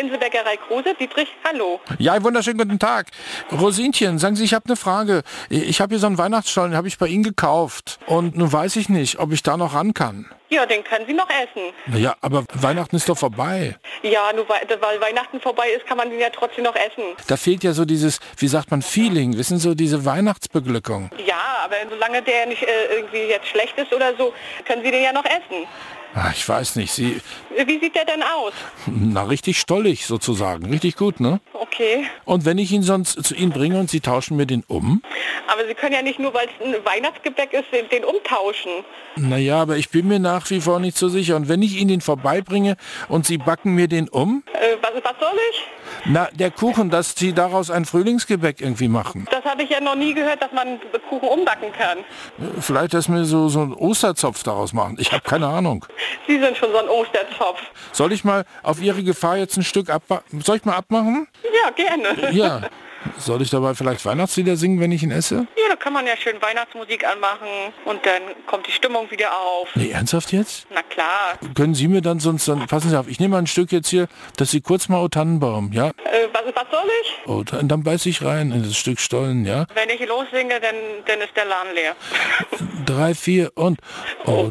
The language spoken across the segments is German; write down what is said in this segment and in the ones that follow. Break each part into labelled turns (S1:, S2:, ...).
S1: Inselbäckerei Kruse, Dietrich, hallo.
S2: Ja, einen wunderschönen guten Tag. Rosinchen, sagen Sie, ich habe eine Frage. Ich habe hier so einen Weihnachtsstollen, den habe ich bei Ihnen gekauft. Und nun weiß ich nicht, ob ich da noch ran kann.
S1: Ja, den können Sie noch essen.
S2: Naja, aber Weihnachten ist doch vorbei.
S1: Ja, nur weil, weil Weihnachten vorbei ist, kann man den ja trotzdem noch essen.
S2: Da fehlt ja so dieses, wie sagt man, Feeling, wissen Sie, so diese Weihnachtsbeglückung.
S1: Ja, aber solange der nicht äh, irgendwie jetzt schlecht ist oder so, können Sie den ja noch essen.
S2: Ah, ich weiß nicht, Sie,
S1: Wie sieht der denn aus?
S2: na, richtig stollig sozusagen, richtig gut, ne?
S1: Okay.
S2: Und wenn ich ihn sonst zu Ihnen bringe und Sie tauschen mir den um?
S1: Aber Sie können ja nicht nur, weil es ein Weihnachtsgebäck ist, den, den umtauschen.
S2: Naja, aber ich bin mir nach wie vor nicht so sicher. Und wenn ich Ihnen den vorbeibringe und Sie backen mir den um?
S1: Äh, was, was soll ich?
S2: Na, der Kuchen, dass Sie daraus ein Frühlingsgebäck irgendwie machen.
S1: Das habe ich ja noch nie gehört, dass man Kuchen umbacken kann.
S2: Vielleicht, dass wir so, so einen Osterzopf daraus machen. Ich habe keine Ahnung.
S1: Sie sind schon so ein Osterzopf.
S2: Soll ich mal auf Ihre Gefahr jetzt ein Stück abmachen? Soll ich mal abmachen?
S1: Ja, gerne.
S2: Ja. Soll ich dabei vielleicht Weihnachtslieder singen, wenn ich ihn esse?
S1: Ja, da kann man ja schön Weihnachtsmusik anmachen und dann kommt die Stimmung wieder auf.
S2: Nee, ernsthaft jetzt?
S1: Na klar.
S2: Können Sie mir dann sonst, dann passen Sie auf, ich nehme mal ein Stück jetzt hier, dass Sie kurz mal O Tannenbaum, ja?
S1: Äh, was, was soll ich?
S2: Oh, dann, dann beiß ich rein in das Stück Stollen, ja?
S1: Wenn ich lossinge, dann, dann ist der Laden leer.
S2: Drei, vier und O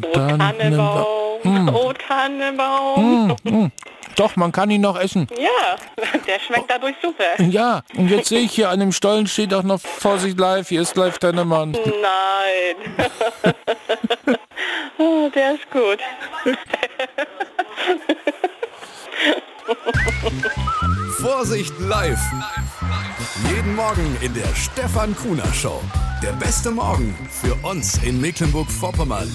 S1: Oh, Tannenbaum, oh Tannenbaum.
S2: Doch, man kann ihn noch essen.
S1: Ja, der schmeckt dadurch super.
S2: Ja, und jetzt sehe ich hier an dem Stollen steht auch noch Vorsicht live, hier ist live Tennemann.
S1: Nein. oh, der ist gut.
S3: Vorsicht live. Jeden Morgen in der Stefan Kuhner Show. Der beste Morgen für uns in Mecklenburg-Vorpommern.